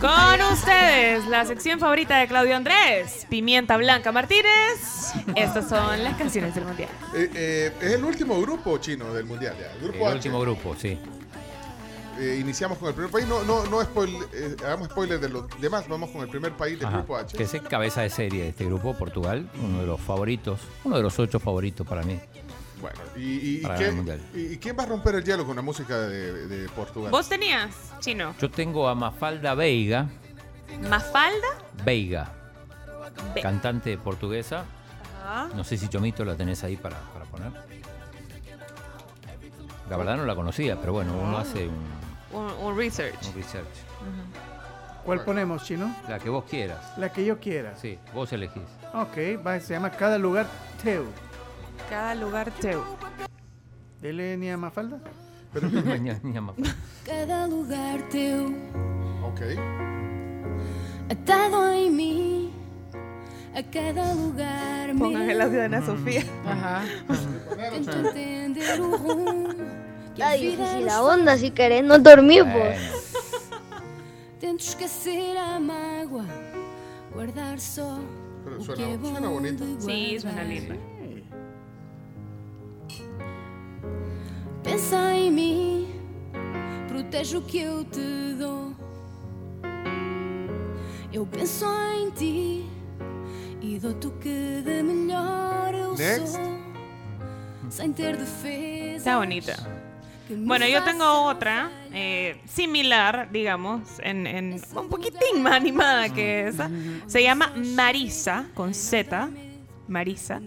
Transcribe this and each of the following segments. Con ustedes, la sección favorita de Claudio Andrés, Pimienta Blanca Martínez. Estas son las canciones del mundial. Eh, eh, es el último grupo chino del mundial. ya, el grupo El H. último grupo, sí. Eh, iniciamos con el primer país. No, no, no spoil- eh, hagamos spoiler de los demás. Vamos con el primer país del Ajá. grupo H. Que es el cabeza de serie de este grupo, Portugal, uno de los favoritos, uno de los ocho favoritos para mí. Bueno, ¿y, y, Para quién- el Mundial. y- y quién va a romper el hielo con la música de, de Portugal? ¿Vos tenías, chino? Yo tengo a Mafalda Veiga, Mafalda. Veiga, Ve- cantante portuguesa. Ajá. No sé si Chomito la tenés ahí para, para poner. La verdad no la conocía, pero bueno, uno Ah. hace un, Un, un research. un research. ¿Cuál ponemos, chino? La que vos quieras. La que yo quiera. Sí, vos elegís. Ok, va, se llama Cada Lugar Teu. Cada lugar teu. Dele ni a Mafalda. Ña, Ña Mafalda. Cada lugar teu, Ok. atado em mim, a cada lugar Pongan el meu. audio de Ana Sofía. Ajá. Tento entender o rumo que a vida Está difícil nos la onda, si querés no dormir vos. Bueno, Tento esquecer a mágoa, guardar só Pero o suena- que é bom suena bonito. de Mm. Sí, suena guardar. linda. Pensa em mim, protege o que eu te dou. Eu penso em ti e dou-te o que de melhor eu Next. sou. Sem ter defesa. Está Tá bonita. Bueno, yo tengo otra eh, similar, digamos, en, en- un poquitín más animada que esa. Se llama Marisa, con Z. Marisa.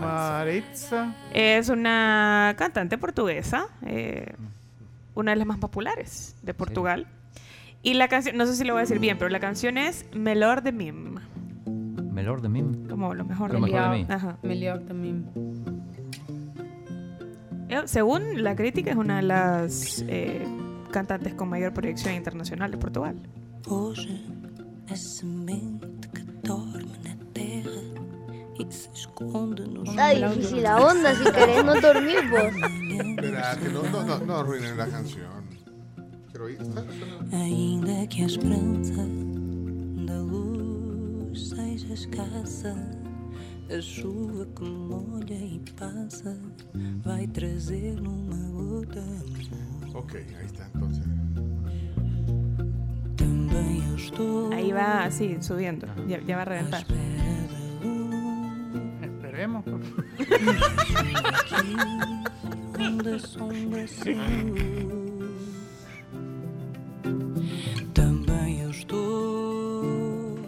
Maritza. Es una cantante portuguesa, eh, una de las más populares de Portugal. Y la canción, no sé si lo voy a decir bien, pero la canción es Melor de Mim, Melor de mí. como lo mejor Lo de mí. mejor de mí. Ajá. Melioc también. Eh, Según la crítica, es una de las eh, cantantes con mayor proyección internacional de Portugal. Hoje, a semente que dorme na terra e se esconde nos Está difícil la onda, si querés no dormir vos. Espera, que no, no, no, no arruinen la canción. Quiero oír. Está- suena- Ainda que a esperança da luz seja escassa, a chuva que molha e passa vai trazer numa gota amor. Ok, ahí está entonces. Também eu estou Ahí va así, subiendo. Ya, ya va a reventar. Esperemos. onde a sombra se Também eu estou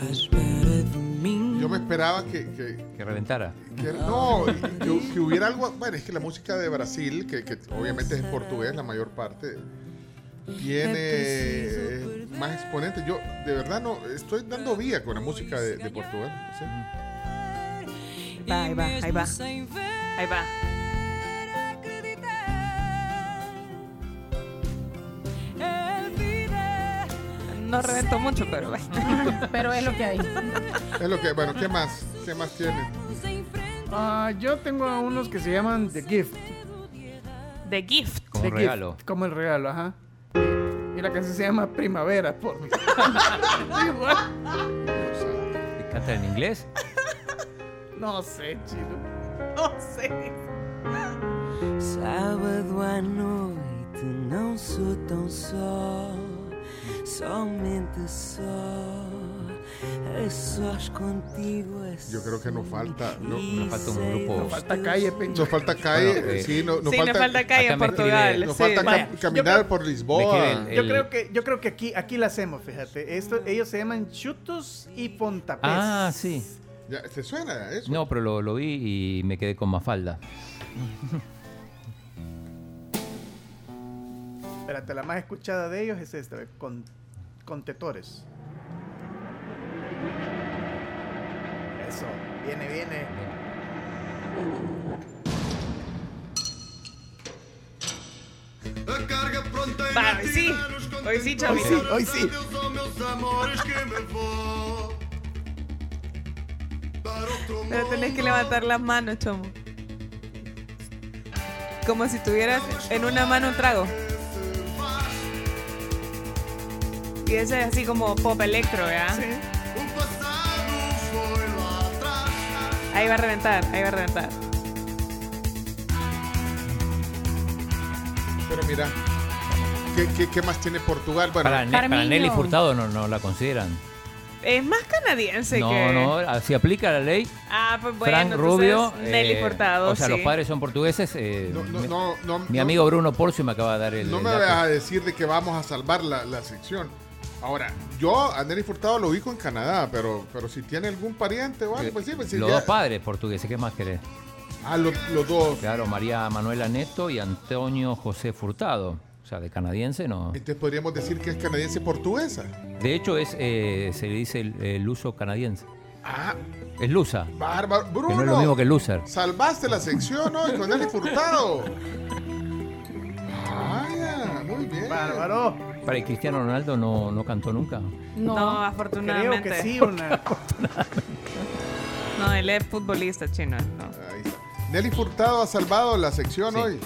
à espera de mim. Yo me esperaba que. que- Que reventara. que- no, que, que hubiera algo. Bueno, es que la música de Brasil, que, que obviamente es portugués la mayor parte, tiene eh, más exponentes. Yo, de verdad, no estoy dando vía con la música de, de Portugal. ¿sí? Ahí va, ahí va, ahí va. Ahí va. No reventó mucho, pero bueno. Pero es lo que hay. Es lo que. Bueno, ¿qué más? ¿Qué más tiene? Ah, yo tengo a unos que se llaman The Gift. The Gift. Como The Gift, regalo. como el regalo, ajá. Y la canción se llama Primavera, por mí. ¿Canta en inglés? No sé, chino. No sé. Sábado à noite não sou tão só, somente só, a sós contigo. é a Yo creo que nos falta. no- Nos falta un grupo. Falta calle, peño. nos falta calle. Bueno, eh, sí, no- nos sí, falta, nos falta calle acá en me escribe- Portugal. nos sí. falta cam- Vaya, yo caminar creo- por Me Lisboa. escribe el- Yo el- creo que, yo creo que aquí, aquí la hacemos, fíjate. Esto, ellos se llaman chutos y pontapés. Ah, sí. Ya, ¿Te suena eso? No, pero lo, lo vi y me quedé con Mafalda. Espérate, la más escuchada de ellos es esta, ve, con, con tetores. Eso, viene, viene. Va, hoy sí. Hoy sí, Hoy sí, chavito. hoy sí. Pero tenés que levantar las manos, chomo. Como si tuvieras en una mano un trago. y ese es así como pop electro, ¿verdad? Ahí va a reventar, ahí va a reventar. Pero mira, ¿qué, qué, qué más tiene Portugal? Bueno, Para, Ne- para Carmiño. Nelly Furtado no, no la consideran. Es más canadiense no, que. no, si aplica la ley, Ah, pues bueno, Frank entonces, Rubio. Nelly eh, Furtado, O sea, sí. los padres son portugueses. eh, no, no, mi- no, no, mi no- amigo Bruno Porcio me acaba de dar el. No el me dato. vas a decir de que vamos a salvar la, la sección. Ahora, yo a Nelly Furtado lo ubico en Canadá, pero, pero si tiene algún pariente o algo, pues sí, pues sí. los ya- dos padres portugueses, ¿qué más querés? Ah, lo- los dos. Claro, María Manuela Neto y Antonio José Furtado. O sea, de canadiense no. Entonces podríamos decir que es canadiense portuguesa. De hecho, es eh, se le dice el, el luso canadiense. Ah, Es lusa. bárbaro. Que no es lo mismo Bruno, que loser. salvaste la sección hoy con Nelly Furtado. Vaya, muy bien. Bárbaro. Para y Cristiano Ronaldo no, no cantó nunca. No, No. Creo afortunadamente. que sí, una. No, él es futbolista chino. no. Ahí está. Nelly Furtado ha salvado la sección Sí. hoy.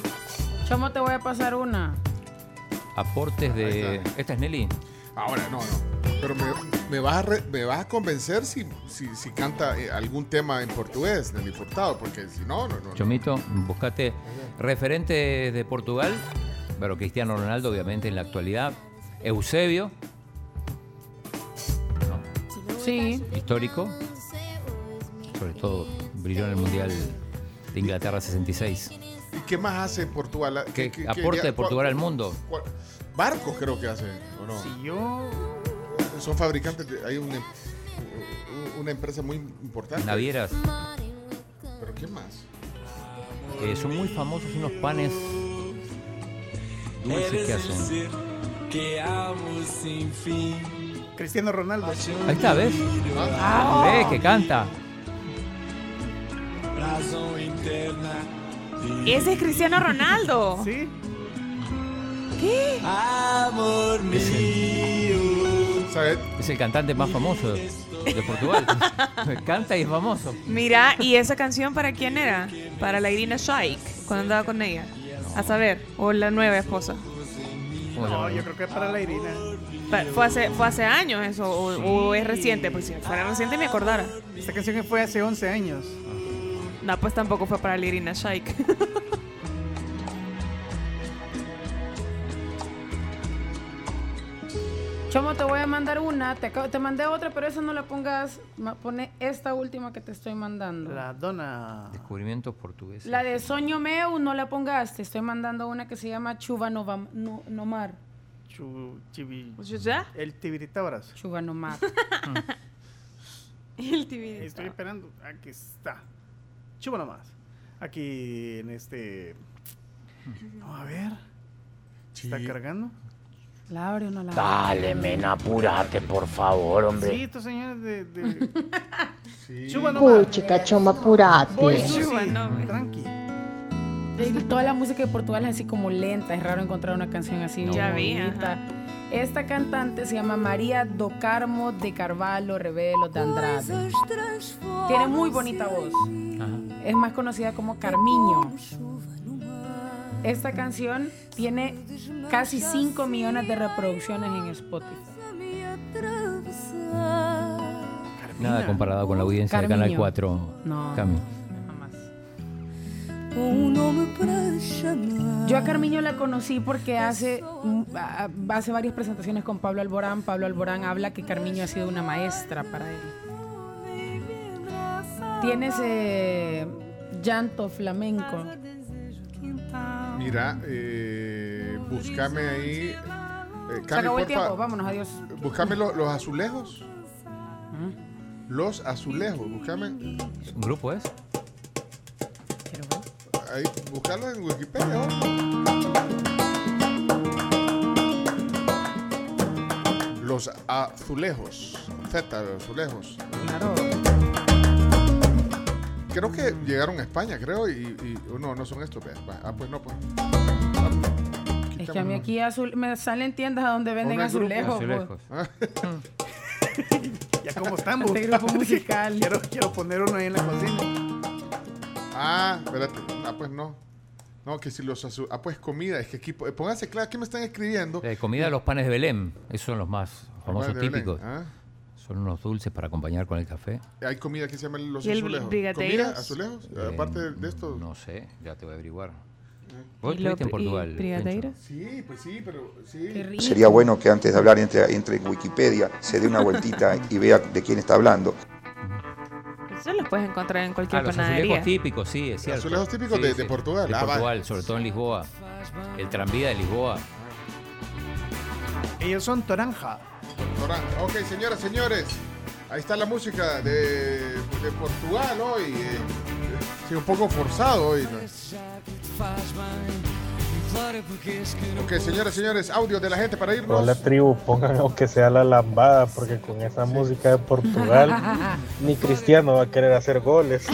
Chomo, te voy a pasar una. Aportes Ahí de. está. Esta es Nelly. Ahora, no, no. Pero me, me vas, a re- me vas a convencer si, si, si canta eh, algún tema en portugués, Nelly Furtado, porque si no, no, no. no. Chomito, buscate referentes de Portugal. Pero Cristiano Ronaldo, obviamente, en la actualidad. Eusebio. No, Sí. histórico. Sobre todo brilló en el Mundial de Inglaterra 66. ¿Y qué más hace Portugal? ¿Qué, qué- qué- aporte qué- de Portugal al mundo? cuál- Barcos creo que hacen, ¿o no? Si yo. Son fabricantes, de- hay una, u- una empresa muy importante. Navieras. ¿Pero qué más? Eh, son muy famosos unos panes dulces que hacen. Cristiano Ronaldo. Ahí está, ¿ves? ¿Ves que canta? Ese es Cristiano Ronaldo. Sí. Es el, ¿Sabes? es el cantante más famoso de, de Portugal. canta y es famoso. Mira, ¿y esa canción para quién era? Para la Irina Shayk, cuando andaba con ella. A saber, o la nueva esposa. ¿Cómo se No, llama? yo creo que es para la Irina. Pa- Fue hace, fue hace años eso, o, o es reciente. Pues si fuera reciente me acordara. Esta canción fue hace 11 años. No, pues tampoco fue para la Irina Shayk. Chomo, te voy a mandar una. Te, acabo- te mandé otra, pero esa no la pongas. ma- Pone esta última que te estoy mandando. La, La dona. Descubrimientos portugueses. de Soño Meu no la pongas. Te estoy mandando una que se llama Chuva Novam- no, Nomar. Chu, chibi- ¿Ya? el tibiritábaras. Chuva Nomar. El TV. Estoy esperando. Aquí está. Chupa nomás. Aquí en este. No, a ver. ¿Está cargando? ¿La abre o no la abre? Dale, men, apúrate, por favor, hombre. Sí, estos señores de. de... Sí. Chupa nomás. Puchica, choma, apurate. Voy, Susi. Chupa nomás. Tranqui. Eh, Toda la música de Portugal es así como lenta, es raro encontrar una canción así. No. Ya vi, bonita. Esta cantante se llama María do Carmo de Carvalho Rebelo de Andrade. Tiene muy bonita voz. Ajá. Es más conocida como Carmiño. Esta canción tiene casi 5 millones de reproducciones en Spotify. Nada comparado con la audiencia de Canal Carmiño. 4. No. Cami. Jamás. Um nome pra chamar. Yo a Carmiño la conocí porque hace, mm, a- a- hace varias presentaciones con Pablo Alborán. Pablo Alborán habla que Carmiño ha sido una maestra para él. Tienes eh, llanto flamenco. Mira, eh, búscame ahí. eh, Se Cami, acabó el porfa, tiempo, vámonos, adiós. Búscame lo- los azulejos. Los azulejos, búscame. ¿Un grupo es? Pero bueno. Ahí, búscalo en Wikipedia. ¿no? Los azulejos. Z, los azulejos. Claro. Creo que llegaron a España, creo, y, y- oh, no, no son estos. ve, va, Ah, pues no, pues. Es que a mí aquí azul, me salen tiendas a donde venden Ponme el grupo. azulejos. pues. Azulejos. Ya como están, po. bu- Este grupo musical. Quiero, quiero poner uno ahí en la cocina. Ah, espérate. Ah, pues no. No, que si los azul. eh, Ah, pues comida. Es que aquí. po- Pónganse claro, aquí me están escribiendo. Eh, comida, los panes de Belén. Esos son los más famosos Bueno, de Belén, típicos. ¿ah? Son unos dulces para acompañar con el café. Hay comida que se llama los ¿Y el azulejos. brigadeiros? ¿Comida? ¿Azulejos? Eh, Aparte de esto. No sé, ya te voy a averiguar. ¿Vos ¿Y lo- estuviste en y Portugal? brigadeiros? Pencho? Sí, pues sí, pero sí. Qué rico. Sería bueno que antes de hablar entre, entre en Wikipedia, se dé una vueltita y vea de quién está hablando. Eso lo puedes encontrar en Ah, cualquier los panadería. azulejos típicos, sí, es cierto. azulejos típicos de- de Portugal. De Ah, vale. Portugal, sobre todo en Lisboa. El tranvía de Lisboa. Ellos son Toranja. Torán. Ok, señoras, señores. Ahí está la música de, de Portugal hoy. eh, eh, sí, un poco forzado hoy. ¿no? Ok, señoras, señores, audio de la gente para irnos. Hola tribu, pongan aunque sea la lambada, porque con esa música de Portugal ni Cristiano va a querer hacer goles.